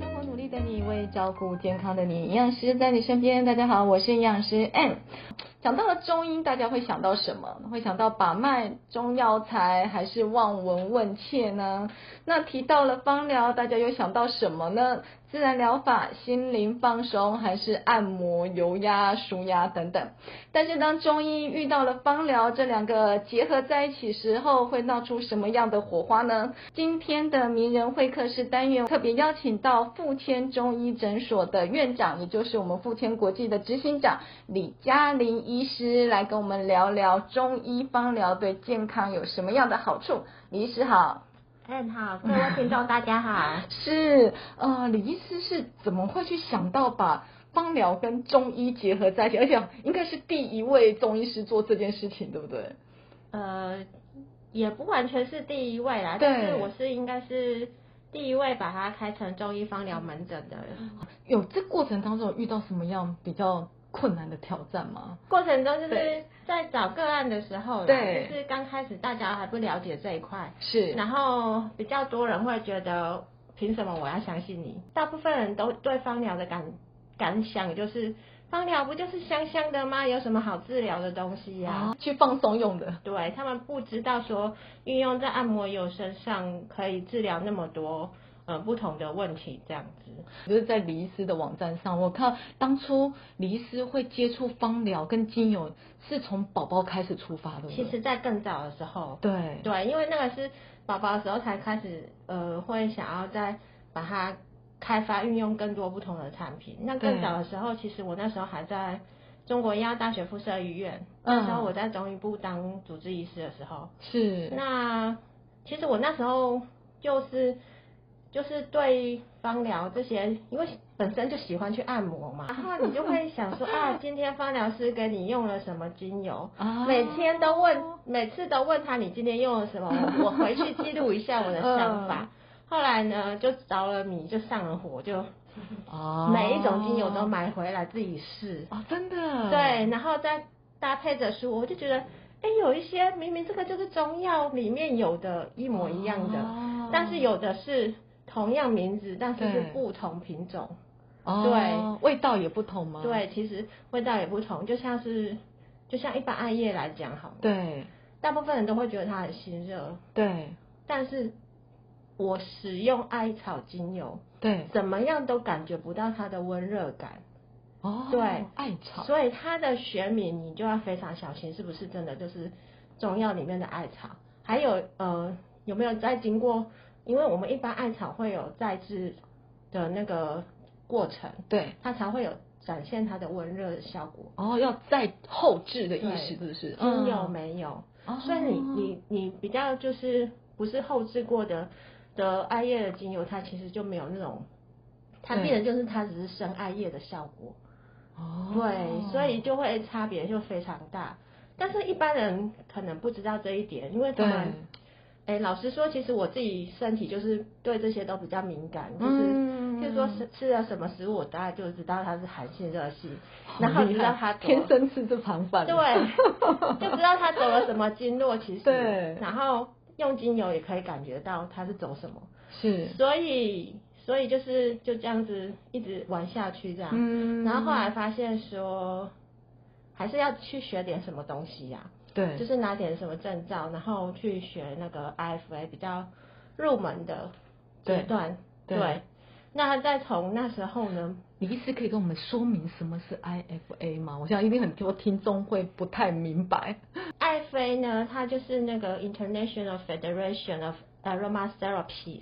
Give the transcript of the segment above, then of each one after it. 生活努力的你，为照顾健康的你，营养师在你身边。大家好，我是营养师 M。讲到了中医，大家会想到什么？会想到把脉、中药材，还是望闻问切呢？那提到了芳疗，大家又想到什么呢？自然疗法、心灵放松，还是按摩、油压、舒压等等。但是当中医遇到了芳疗这两个结合在一起时候，会闹出什么样的火花呢？今天的名人会客室单元特别邀请到富谦中医诊所的院长，也就是我们富谦国际的执行长李嘉玲医师，来跟我们聊聊中医芳疗对健康有什么样的好处。李医师好。嗯，好，各位听众大家好。是，呃，李医师是怎么会去想到把芳疗跟中医结合在一起？而且应该是第一位中医师做这件事情，对不对？呃，也不完全是第一位啦，但是嗯对我是应该是第一位把它开成中医芳疗门诊的嗯人。有这过程当中有遇到什么样比较困难的挑战吗？过程中就是对在找个案的时候啦，对就是刚开始大家还不了解这一块，是，然后比较多人会觉得凭什么我要相信你？大部分人都对芳疗的感感想就是芳疗不就是香香的吗？有什么好治疗的东西呀、啊，去放松用的，对他们不知道说运用在按摩油身上可以治疗那么多呃不同的问题，这样子。就是在李医师的网站上，我看当初李医师会接触芳疗跟精油是从宝宝开始出发的，其实，在更早的时候，对，对，因为那个是宝宝的时候才开始呃会想要再把它开发运用更多不同的产品。那更早的时候，其实我那时候还在中国医药大学附设医院，那时候嗯我在中医部当主治医师的时候，是，那其实我那时候就是就是对芳疗这些，因为本身就喜欢去按摩嘛，然后你就会想说啊，今天芳疗师给你用了什么精油？啊每天都问，每次都问他你今天用了什么，我我回去记录一下我的想法。后来呢，就着了迷，就上了火，就啊，每一种精油都买回来自己试。啊，真的，对，然后再搭配着书，我就觉得，哎，有一些明明这个就是中药里面有的一模一样的，哦但是有的是同样名字，但是是对不同品种。哦，对，味道也不同吗？对，其实味道也不同，就像是就像一般艾叶来讲好了，对大部分人都会觉得它很辛热，对但是我使用艾草精油，对，怎么样都感觉不到它的温热感。哦，对，艾草，所以它的学名你就要非常小心，是不是真的就是中药里面的艾草？还有呃，有没有再经过？因为我们一般艾草会有再制的那个过程，对，它才会有展现它的温热的效果。哦，要再后置的意识是对不是？精油没有，嗯，所以你哦你你比较就是不是后制过的的艾叶的精油，它其实就没有那种，它对变的就是它只是生艾叶的效果。哦，对，所以就会差别就非常大。但是一般人可能不知道这一点，因为他对们，哎，老实说，其实我自己身体就是对这些都比较敏感，就是。嗯，就是说吃吃了什么食物，我大概就知道它是寒性热性，好 然后厉知道害它多天 生吃这盘饭，对，就知道它走了什么经络，其实对然后用精油也可以感觉到它是走什么， 是，所以所以就是就这样子一直玩下去这样，嗯然后后来发现说，还是要去学点什么东西呀、对，就是拿点什么证照，然后去学那个 IFA 比较入门的阶段。对那再从那时候呢，李医师可以跟我们说明什么是 IFA 吗？我想一定很多听众会不太明白。 爱妃呢，它就是那个 International Federation of Aromatherapy，、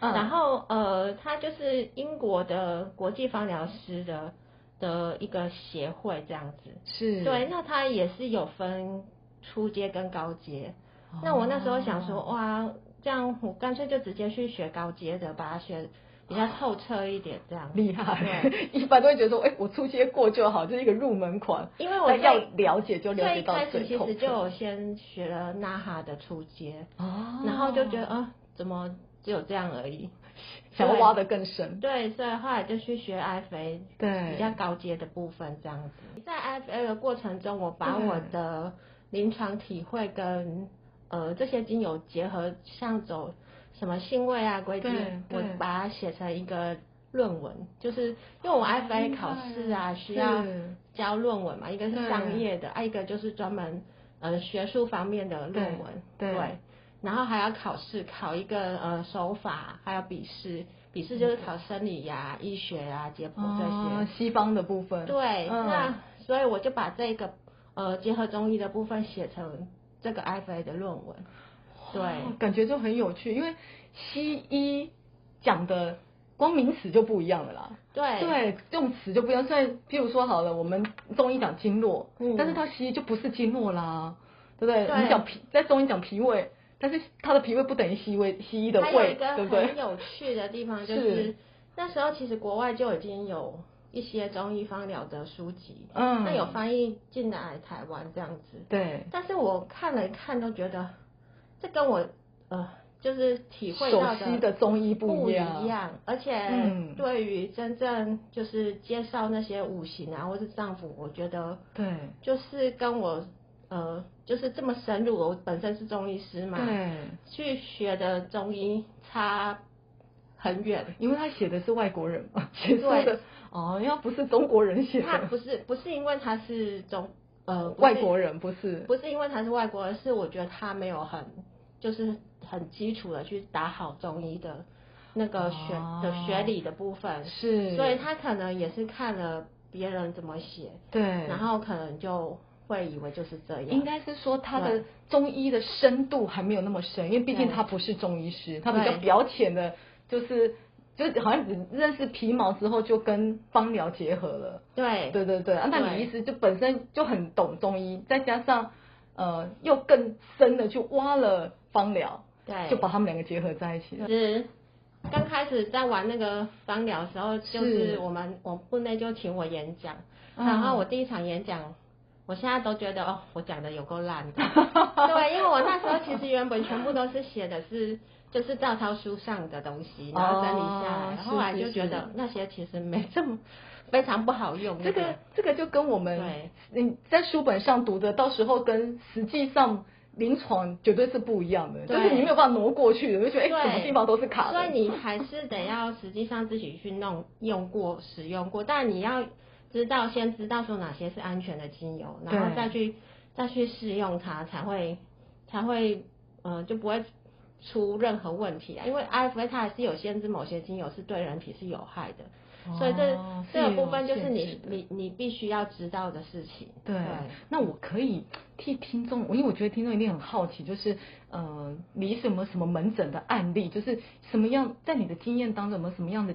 然嗯后呃，它就是英国的国际芳疗师的的一个协会这样子。是，对，那它也是有分初阶跟高阶。哦，那我那时候想说，哇，这样我干脆就直接去学高阶的，把它学比较透彻一点这样。厉害， 一般都会觉得说，哎、我出街过就好，就是一个入门款。因为我但要最了解就了最解一到开始最其透实彻就有先学了纳哈的初阶，哦然后就觉得，啊，怎么只有这样而已？想要挖得更深，对，所以后来就去学 IFA 对比较高阶的部分这嗯样子。在 IFA 的过程中，我把我的临床体会跟呃这些精油结合，像走什么性味啊、归经对，我对把它写成一个论文，就是因为我 FA 考试啊需要是交论文嘛，一个对是商业的，啊一个就是专门呃学术方面的论文，对对然后还要考试，考一个呃手法，还有笔试，笔试就是考生理呀、医学呀、解剖这些。哦西方的部分，对，嗯那所以我就把这个呃结合中医的部分写成呃这个 FA 的论文。对哇感觉就很有趣，因为西医讲的光名词就不一样了啦。对对，用词就不一样。所以，譬如说好了，我们中医讲经络，嗯但是它西医就不是经络啦，对不对？对你讲脾，在中医讲脾胃，但是它的脾胃不等于西胃西医的还有胃一，个对不对很？有趣的地方就是是，那时候其实国外就已经有一些中医方疗的书籍，嗯那有翻译进来台湾这样子。对，但是我看了看都觉得，这跟我呃就是体会熟到悉的中医不不一一样样，而且嗯对于真正就是介绍那些五行啊或是脏腑，我觉得对，就是跟我呃就是这么深入，我本身是中医师嘛，对，去学的中医差很远。因为他写的是外国人嘛，写出对的哦，要不 是中国人写他的，不是不是因为他是中呃不是外国人不是，不是因为他是外国人，是我觉得他没有很就是很基础的去打好中医的那个学、哦的学理的部分，是，所以他可能也是看了别人怎么写，对，然后可能就会以为就是这样。应该是说他的对中医的深度还没有那么深，因为毕竟对他不是中医师，他比较对表浅的，就是就好像只认识皮毛之后就跟芳疗结合了。对对对对，啊，那你对意思就本身就很懂中医，再加上呃又更深的去挖了芳疗，对，就把他们两个结合在一起了。就是刚开始在玩那个芳疗的时候，就是是我们我部内就请我演讲，嗯然后我第一场演讲，我现在都觉得哦，我讲的有够 烂的，对，因为我那时候其实原本全部都是写的是。就是照抄书上的东西，然后整理下来，哦后来是是就觉得是那些其实没这么非常不好用。这个这个就跟我们对你在书本上读的，到时候跟实际上临床绝对是不一样的，就对是你没有办法挪过去，你就觉得哎，对什么地方都是卡的。所以你还是得要实际上自己去弄用过、使用过，但你要知道先知道说哪些是安全的精油，然后对再去再去试用它，才会才会呃就不会出任何问题啊。因为 IFA 它还是有限制，某些精油是对人体是有害的，哦所以这这个部分就是有是限制你的你你必须要知道的事情。对，那我可以替听众，因为我觉得听众一定很好奇，就是呃，你什么什么门诊的案例，就是什么样，在你的经验当中有没有什么样的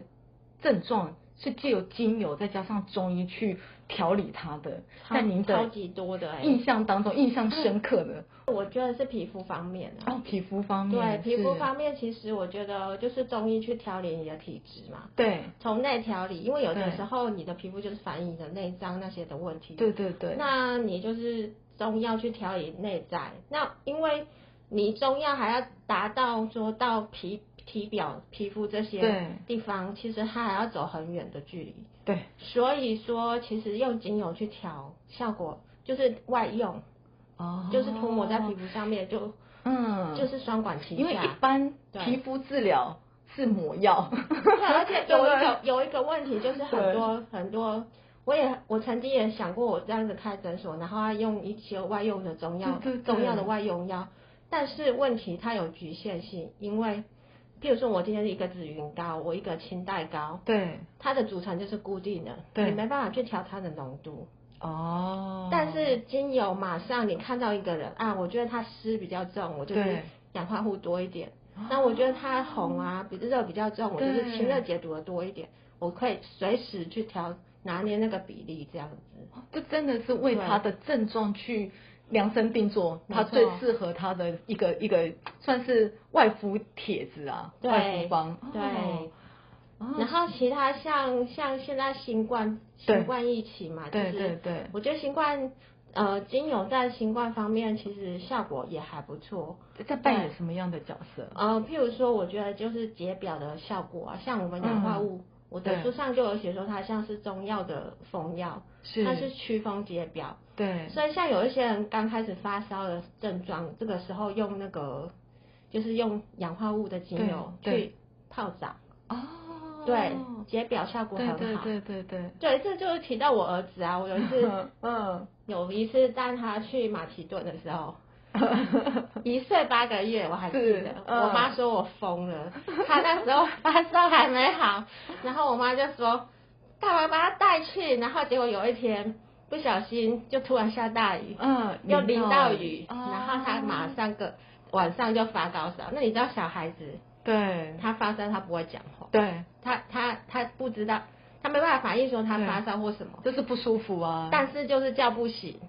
症状是借由精油再加上中医去调理它的？超在您超的级多的欸印象当中，印象深刻的我觉得是皮肤方面啊。哦，皮肤方对面，皮肤是方面，其实我觉得就是中医去调理你的体质嘛，对从内调理，因为有的对时候你的皮肤就是反映你的内脏那些的问题。对对对，那你就是中药去调理内在，那因为你中药还要达到说到皮体表、皮肤这对些地方，其实它还要走很远的距离。对所以说，其实用精油去调效果就是外用，哦，就是涂抹在皮肤上面就、嗯，就是双管齐下。因为一般对皮肤治疗是抹药，对，而 且有一对个有一个问题就是很多很多，我也我曾经也想过我这样子开诊所，然后要用一些外用的中药，对对对中药的外用药，但是问题它有局限性，因为譬如说我今天是一个紫云膏，我一个清代膏，对它的组成就是固定的，对你没办法去调它的浓度。哦，但是精油马上你看到一个人啊，我觉得他湿比较重，我就是对哦氧化物多一点。那我觉得他红啊，比热比较重，我就是对清热解毒的多一点。我可以随时去调拿捏那个比例，这样子。这真的是为他的症状去量身定做，没他错最适合他的一个一个算是外敷帖子啊，对外敷方，对哦哦然后其他像像现在新冠对新冠疫情嘛，就对是对对我觉得新冠呃精油在新冠方面其实效果也还不错。在扮演什么样的角色？呃，譬如说，我觉得就是解表的效果啊，像我们氧化物，嗯我对的书上就有写说它像是中药的风药，是它是祛风解表，对，哦所以像有一些人刚开始发烧的症状，这个时候用那个就是用氧化物的精油对对去泡澡，哦，对，解表效果很对好。对对对对，对，这就是提到我儿子啊，我有一 次嗯，有一次带他去马其顿的时候，一岁八个月，我还记是得，嗯我妈说我疯了，她那时候发烧还没好，然后我妈就说，干嘛把她带去？然后结果有一天不小心就突然下大雨，嗯，哦又淋到雨，然后她他马上个晚上就发高烧。那你知道小孩子对他发烧他不会讲话，对，他他他不知道，他没办法反应说他发烧或什么，就是不舒服啊，但是就是叫不醒，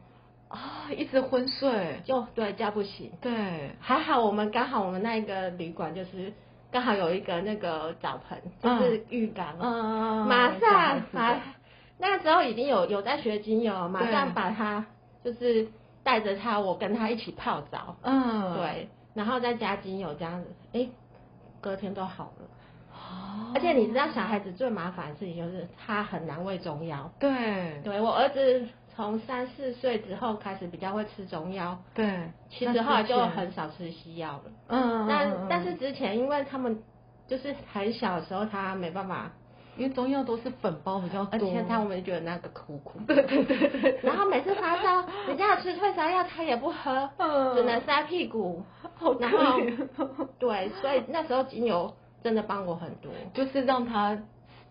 啊、一直昏睡，就哦对叫不醒。对，还好我们刚好我们那个旅馆就是刚好有一个那个澡盆，就嗯是浴缸，嗯马上马上，那时候已经有有在学精油，马对上把它就是带着他，我跟他一起泡澡，嗯，，对，然后再加精油这样子，哎、隔天都好了。哦而且你知道小孩子最麻烦的事情就是他很难喂中药，对对我儿子从三四岁之后开始比较会吃中药，对，其那实后来就之前很少吃西药了。嗯，嗯但嗯但是之前因为他们就是很小的时候，他没办法，因为中药都是粉包比较哦多，嗯而且他们觉得那个苦苦。 对对对对，然后每次发烧，人家要吃退烧药，他也不喝，嗯只能塞屁股。好可然后怜哦对，所以那时候精油真的帮我很多。就是让他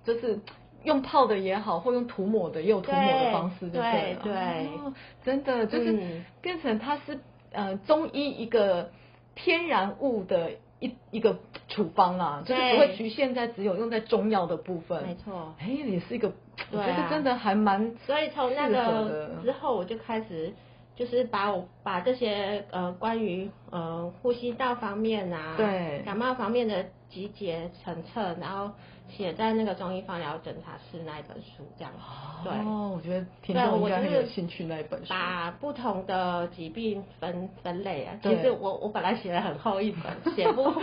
就是用泡的也好，或用涂抹的也有涂抹的方式就对了。对对哦真的就是嗯变成它是呃中医一个呃天然物的一一个处方啦，就是对不会局限在只有用在中药的部分。没错哎，也是一个，我对觉啊得真的还蛮所以从那适合的个之后，我就开始就是把我把这些呃关于呃呼吸道方面啊，对感冒方面的集结成册，然后写在那个中医方疗诊察室那一本书这样。对，哦，我觉得听对啊众应我该就很有是兴趣那一本书。把不同的疾病分分类啊。其对实我我本来写了很厚一 本，写不完，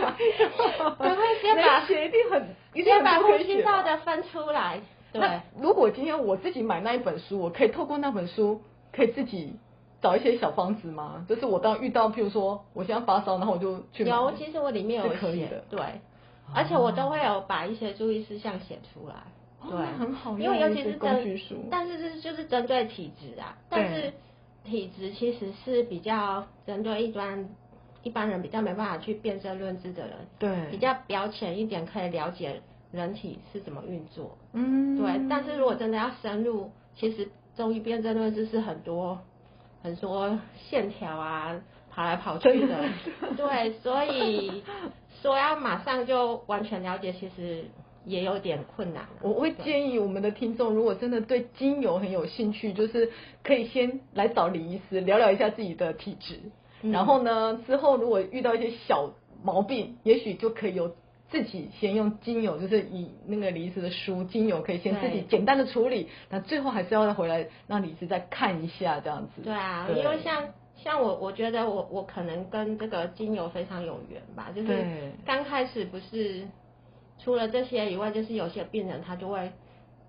赶快先把能写一定很，一定先很把多呼可以吸写道吧的分出来。对啊那，如果今天我自己买那一本书，我可以透过那本书，可以自己找一些小方子吗？就是我当遇到，譬如说我现在发烧，然后我就去买。有，其实我里面有是可以的写，对，而且我都会有把一些注意事项写出来。哦对，那很好因为用尤其这是工针具书但是这就是针对体质啊，但对是体质其实是比较针对一般一般人比较没办法去辨证论治的人，对比较表浅一点，可以了解人体是怎么运作。嗯，对，但是如果真的要深入，其实中医辩证论治是很多很多线条啊，跑来跑去的。对，所以说要马上就完全了解，其实也有点困难啊。我会建议我们的听众，如果真的对精油很有兴趣，就是可以先来找李医师聊聊一下自己的体质，嗯然后呢，之后如果遇到一些小毛病，也许就可以由自己先用精油，就是以那个李医师的书精油可以先自对己简单的处理，那最后还是要再回来让李医师再看一下这样子。对啊，因为像像我，我觉得我我可能跟这个精油非常有缘吧，就是对刚开始不是除了这些以外，就是有些病人他就会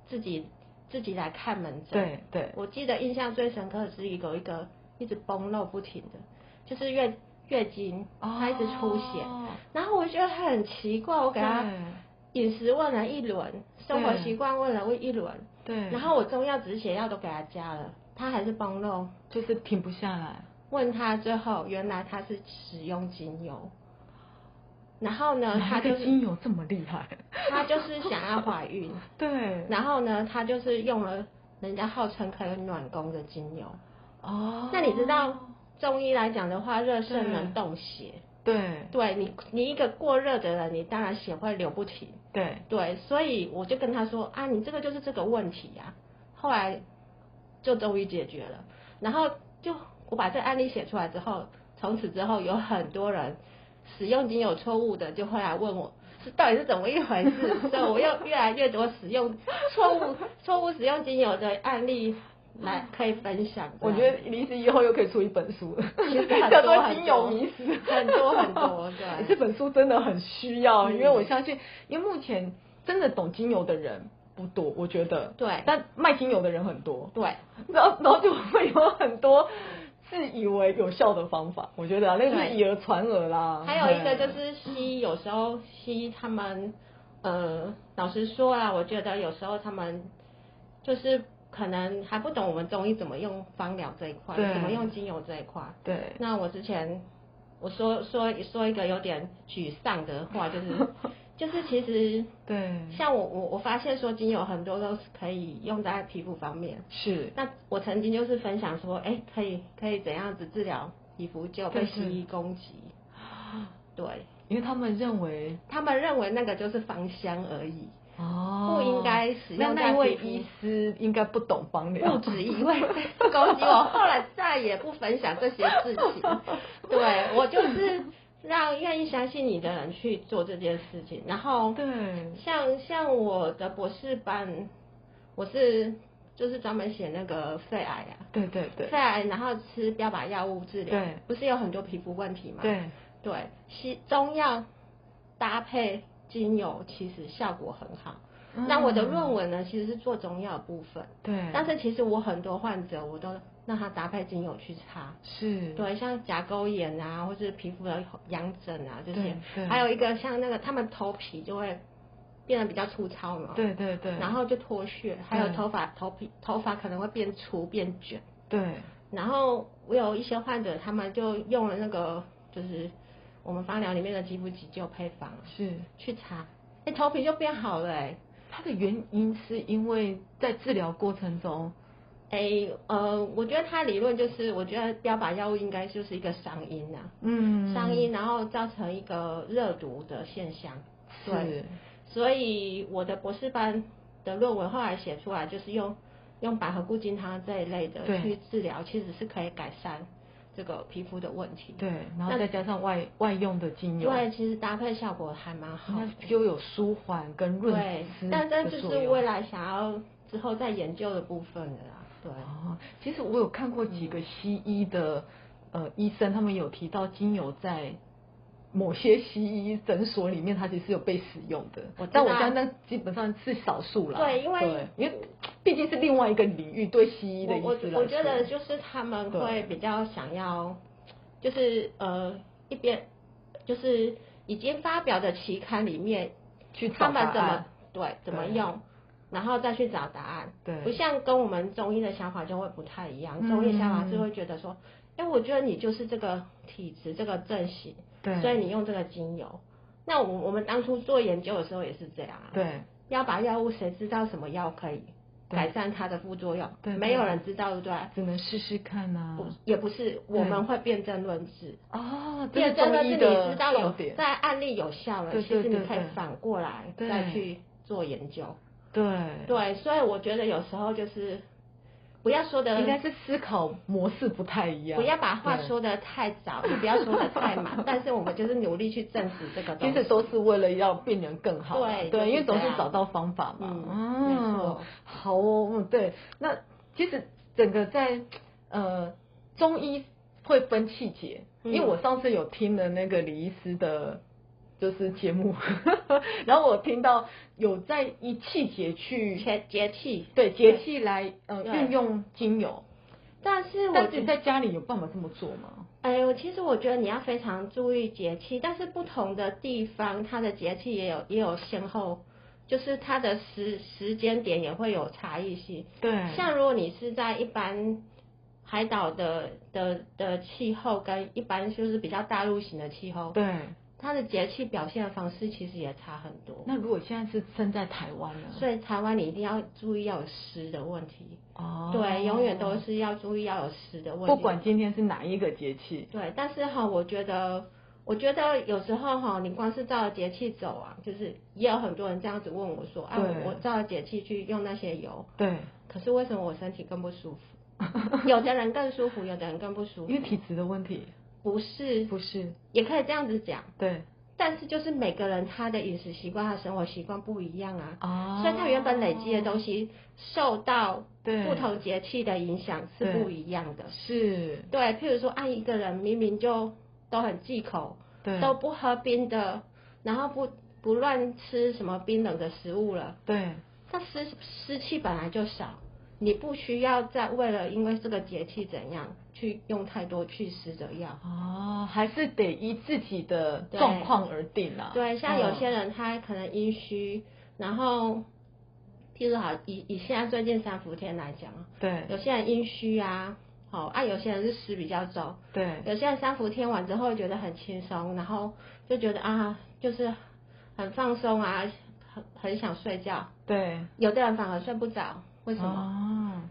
自己自己来看门诊。对对我记得印象最深刻的是一个一个一直崩漏不停的，就是月月经，哦他一直出血，然后我就觉得很奇怪，我给他对饮食问了一轮，生活对习惯问了问一轮，对，然后我中药止血药都给他加了，他还是崩漏。就是停不下来。问他最后，原来他是使用精油，然后呢，他这就个是精油这么厉害， 他就是想要怀孕， 对，然后呢，他就是用了人家号称可以暖宫的精油。哦，那你知道中医来讲的话，热盛能动血，对对你，你一个过热的人，你当然血会流不停，对，对，所以我就跟他说啊，你这个就是这个问题呀、后来就终于解决了，然后就我把这个案例写出来之后，从此之后有很多人使用精油错误的就会来问我。是到底是怎么一回事？所以我又越来越多使用错误、错误使用精油的案例来可以分享。我觉得李子以后又可以出一本书了其实很，多叫做《精油迷思》，很多很多对这本书真的很需要，嗯因为我相信，因为目前真的懂精油的人。不多，我觉得。对但卖精油的人很多，对，然后然后就会有很多自以为有效的方法，我觉得啊，那个是对以讹传讹啦。还有一个嘿就是西医，有时候西医他们，呃，老实说啦，我觉得有时候他们就是可能还不懂我们中医怎么用芳疗这一块，对怎么用精油这一块。对那我之前我说说说一个有点沮丧的 话，就是就是其实对像我我我发现说精油很多都是可以用在皮肤方面。是那我曾经就是分享说，哎，可以可以怎样子治疗皮肤就被对是西医攻 击，对因为他们认为他们认为那个就是芳香而已，哦不应该使那用在那位皮肤医师应该不懂芳疗，不止一位 攻击我，后来再也不分享这些事情。对我就是让愿意相信你的人去做这件事情，然后 对像像我的博士班，我是就是专门写那个肺癌啊。对对对肺癌，然后吃标靶药物治疗对，不是有很多皮肤问题吗？对对，西中药搭配精油，其实效果很好。嗯那我的论文呢，其实是做中药部分，对，但是其实我很多患者，我都让他搭配精油去擦。是对，像甲沟炎啊，或是皮肤的痒疹啊这些对对，还有一个像那个他们头皮就会变得比较粗糙嘛，对对对，然后就脱屑，还有对头发头皮头发可能会变粗变卷。对然后我有一些患者，他们就用了那个就是我们芳疗里面的肌肤急救配方是。去擦，哎，头皮就变好了哎。它的原因是因为在治疗过程中，哎，呃，我觉得他理论就是，我觉得标靶药物应该就是一个伤因呐、嗯，伤啊因，然后造成一个热毒的现象。对，是，所以我的博士班的论文后来写出来，就是用用百合固金汤这一类的对去治疗，其实是可以改善这个皮肤的问题。对，然后那再加上外外用的精油，对，其实搭配效果还蛮好的。它就有舒缓跟润对湿，但但的这作是用未来想要之后再研究的部分了啦。对，哦，其实我有看过几个西医的呃医生，他们有提到精油在某些西医诊所里面，它其实是有被使用的。我知但我道相信基本上是少数啦。对因为对因为毕竟是另外一个领域，对西医的我医我师来我觉得说就是他们对会比较想要，就是呃一边就是已经发表的期刊里面，去他找们答怎么案对怎么对用。然后再去找答案，对不像跟我们中医的想法就会不太一样。中医的想法是嗯会觉得说，哎、我觉得你就是这个体质、这个症型，对所以你用这个精油。那我我们当初做研究的时候也是这样啊，对要把药物谁知道什么药可以对改善它的副作用？对啊对没有人知道，对不对？只能试试看啊不。也不是，我们会辩证论治。哦，这辩是证中论治医你的知道有重点。在案例有效了，对其实对你对可以对反过来对再去做研究。对，对，所以我觉得有时候就是不要说的应该是思考模式不太一样。不要把话对说的太 早，也不要说的太满，但是我们就是努力去证实这个东其西。实都是为了要病人更好啦，对对，因为就是这总样是找到方法嘛。嗯没错好哦，嗯，对。那其实整个在呃中医会分气节，嗯因为我上次有听了那个李医师的。就是节目， 然后我听到有在以气节去节节气，对节气来呃对运用精油，但是我但是觉你得，在家里有办法这么做吗？哎，我其实我觉得你要非常注意节气，但是不同的地方它的节气也有也有先后，就是它的时时间点也会有差异性。对像如果你是在一般海岛的的的气候跟一般就是比较大陆型的气候，对。它的节气表现的方式其实也差很多。那如果现在是身在台湾呢？所以台湾你一定要注意要有湿的问题，哦对，永远都是要注意要有湿的问题。不管今天是哪一个节气，对，但是哈，我觉得，我觉得有时候哈，你光是照着节气走啊，就是也有很多人这样子问我说，啊，对我照着节气去用那些油，对，可是为什么我身体更不舒 服？有的人更舒服，有的人更不舒服因，为体质的问题，不是，不是，也可以这样子讲，对，但是就是每个人他的饮食习惯、他的生活习惯不一样啊，哦所以他原本累积的东西受到对不同节气的影响是不一样的。是，对，譬如说，按一个人明明就都很忌口，对，都不喝冰的，然后不不乱吃什么冰冷的食物了，对，它湿湿气本来就少，你不需要再为了因为这个节气怎样去用太多祛湿的药。哦，还是得依自己的状况而定啊。对，像有些嗯人他可能阴虚，然后譬如好以以现在最近三伏天来讲啊，对有些人阴虚啊，好、啊有些人是湿比较重，对有些人三伏天完之后觉得很轻松，然后就觉得啊就是很放松啊，很很想睡觉，对，有的人反而睡不着，为什么？哦么？哦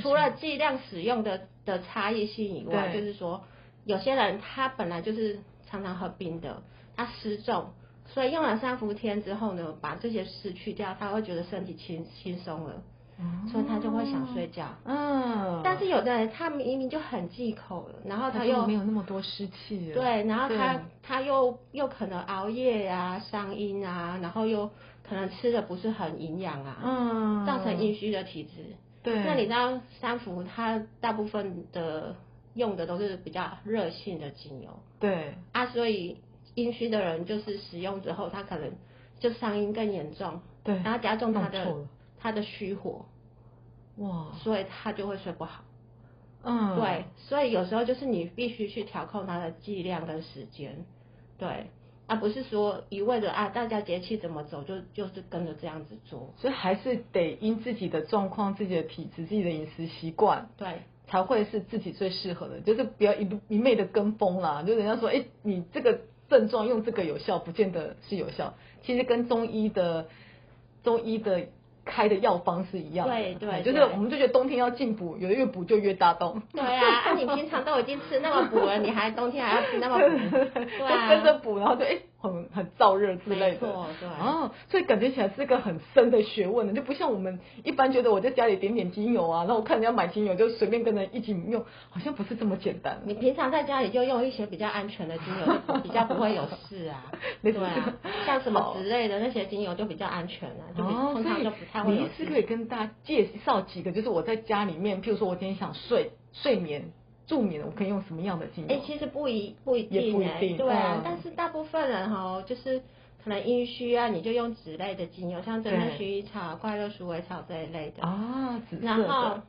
除了剂量使用的的差异性以外，对就是说有些人他本来就是常常喝冰的，他失重，所以用了三伏天之后呢，把这些湿去掉，他会觉得身体轻轻松了，哦所以他就会想睡觉。嗯，但是有的人他明明就很忌口了，然后它他就又没有那么多湿气啊了。对，然后他对他又又可能熬夜啊、伤阴啊，然后又可能吃的不是很营养啊，嗯，造成阴虚的体质。对，那你知道三伏它大部分的用的都是比较热性的精油对啊，所以阴虚的人就是使用之后，他可能就伤阴更严重，对，然后加重他弄错的了他的虚火，哇，所以他就会睡不好。嗯，对，所以有时候就是你必须去调控它的剂量跟时间，对，而、不是说一味的啊，大家节气怎么走就就是跟着这样子做，所以还是得因自己的状况、自己的体质、自己的饮食习惯，对才会是自己最适合的。就是不要一不一昧的跟风啦。就人家说，哎、你这个症状用这个有效，不见得是有效。其实跟中医的中医的开的药方是一样的。对对哎就是对我们就觉得冬天要进补，有的越补就越大洞。对啊，啊你平常都已经吃那么补 了，你还冬天还要吃那么补，对就啊，跟着补，然后就哎、很很燥热之类的。没错，对，哦，所以感觉起来是个很深的学问的，就不像我们一般觉得我在家里点点精油啊，然后我看人家买精油就随便跟人一起用，好像不是这么简单。，你平常在家里就用一些比较安全的精油，就比较不会有事啊 没对错啊，像什么好之类的那些精油就比较安全啊，就比、哦，通所常以就不太会有你事是。可以跟大家介绍几个，就是我在家里面，譬如说我今天想睡睡眠助眠，我可以用什么样的精哎、油？其实不一不一嗯也定不一哎、定对啊、嗯但是大部分人哈，就是可能阴虚啊，你就用脂类的精油，像真对正薰衣草、快乐鼠尾草这一类的。啊，紫色然后的，，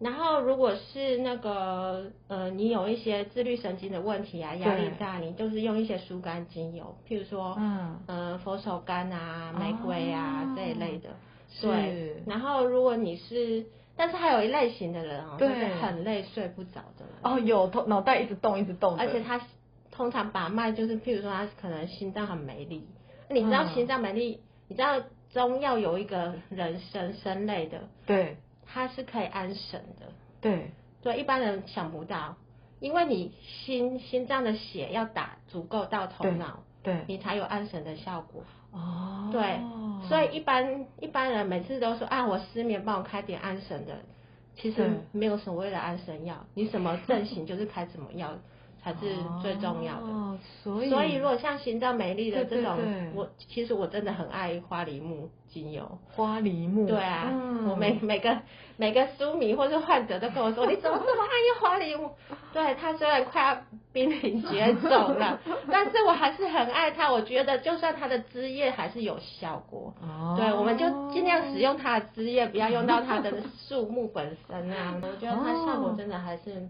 然后如果是那个呃，你有一些自律神经的问题啊，压力对大，你就是用一些疏肝精油，譬如说，嗯，呃，佛手柑啊、玫瑰啊、哦这一类的。对是，然后如果你是，但是还有一类型的人哦，就是对很累睡不着的人。哦，有头脑袋一直动一直动的，而且他通常把脉就是，譬如说他可能心脏很没力，你知道嗯心脏没力，你知道中药有一个人参参类的，对它是可以安神的，对对，一般人想不到，因为你心心脏的血要打足够到头对脑，对，你才有安神的效果，哦，对，所以一般一般人每次都说啊，我失眠，帮我开点安神的。其对实没有所谓的安神药，你什么症型就是开什么药 才是最重要的。哦，所以所以如果像心脏美丽的对对这种，对我其实我真的很爱花梨木精油。花梨木，对啊，嗯我每每个每个书迷或是患者都跟我 说，你怎么这么爱用花梨木？对它虽然快要濒临绝种 了，但是我还是很爱它。我觉得就算它的枝叶还是有效果。哦对，我们就尽量使。用它的枝叶，不要用到它的树木本身啊。我觉得它效哦果真的还是，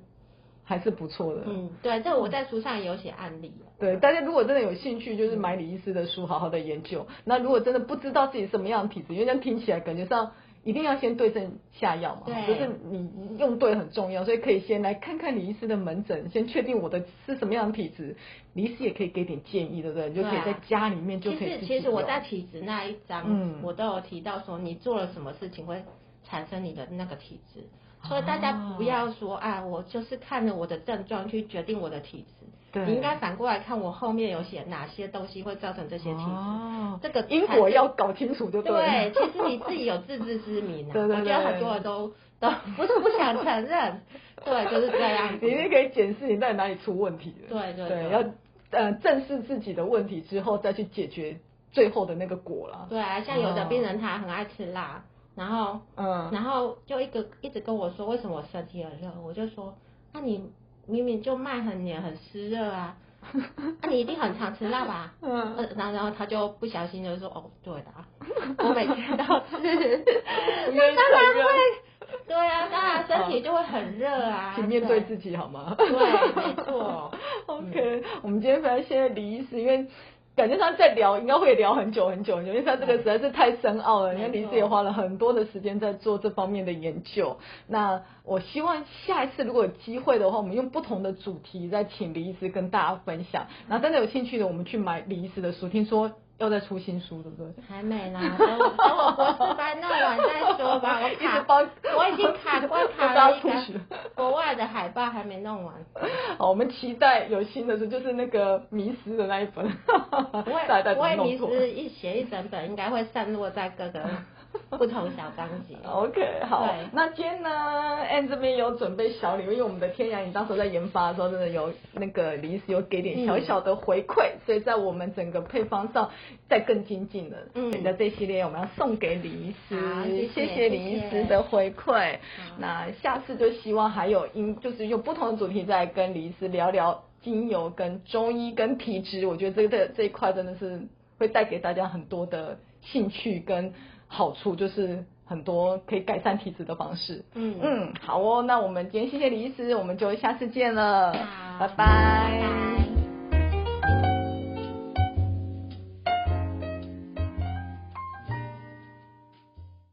还是不错的，嗯，对，这我在书上也有写案例、对，大家如果真的有兴趣，就是买李医师的书，好好的研究。那如果真的不知道自己什么样的体质，因为这样听起来感觉上一定要先对症下药嘛，对就是你用对很重要，所以可以先来看看李医师的门诊，先确定我的是什么样的体质，李医师也可以给点建议，对不对？你就可以在对啊家里面就其可以实自己其实我用在体质那一章，嗯我都有提到说你做了什么事情会产生你的那个体质，哦所以大家不要说啊，我就是看着我的症状去决定我的体质，对你应该反过来看我后面有写哪些东西会造成这些体质，哦这个因才果是要搞清楚就对了对，其实你自己有自知之明啊， 对对我觉得对很多人都都 不是不想承认，对，就是这样子 你，就可以检视你到底哪里出问题了。对对对，对要呃正视自己的问题之后，再去解决最后的那个果啦。对啊，像有的病人他很爱吃辣，然后。嗯，然后就一个一直跟我说为什么我身体很热，我就说那你明明就脉很黏很湿热啊，啊，你一定很常吃辣吧？嗯呃然后然后他就不小心就说，哦，对的啊，我每天 都吃，那 当然会，对啊，当然身体就会很热啊，请面对自己好吗？对，没 错，嗯 OK，、我们今天反正现在李医师，因为感觉上再聊应该会聊很久很久很久，因为他这个实在是太深奥了。没因为错李医师也花了很多的时间在做这方面的研究。那我希望下一次如果有机会的话，我们用不同的主题再请李医师跟大家分享。然后真的有兴趣的，我们去买李医师的书，听说要再出新书，对不对？还没啦，等我等我博士班弄完再说吧，我 一直卡帮，我已经卡关卡 大家了一吐个血国外的海报还没弄完， 好，我们期待有新的书，就是那个迷失的那一本，不会 大家大家不会弄迷错失一写一整本，应该会散落在各个不同小章 节。 OK，好对，那今天呢，Anne 这边有准备小礼物，因为我们的天涯，你当时在研发的时候，真的有那个李医师有给嗯点小小的回馈，所以在我们整个配方上再更精进了。嗯你的这一系列我们要送给李医好师谢，谢嗯谢李医师的回馈。那下次就希望还有因，就是有不同的主题再跟李医师聊聊精油、跟中医、跟体质，我觉得这个这一块真的是会带给大家很多的兴趣跟好处，就是很多可以改善体质的方式。嗯嗯，好哦，那我们今天谢谢李医师，我们就下次见了，好拜拜拜拜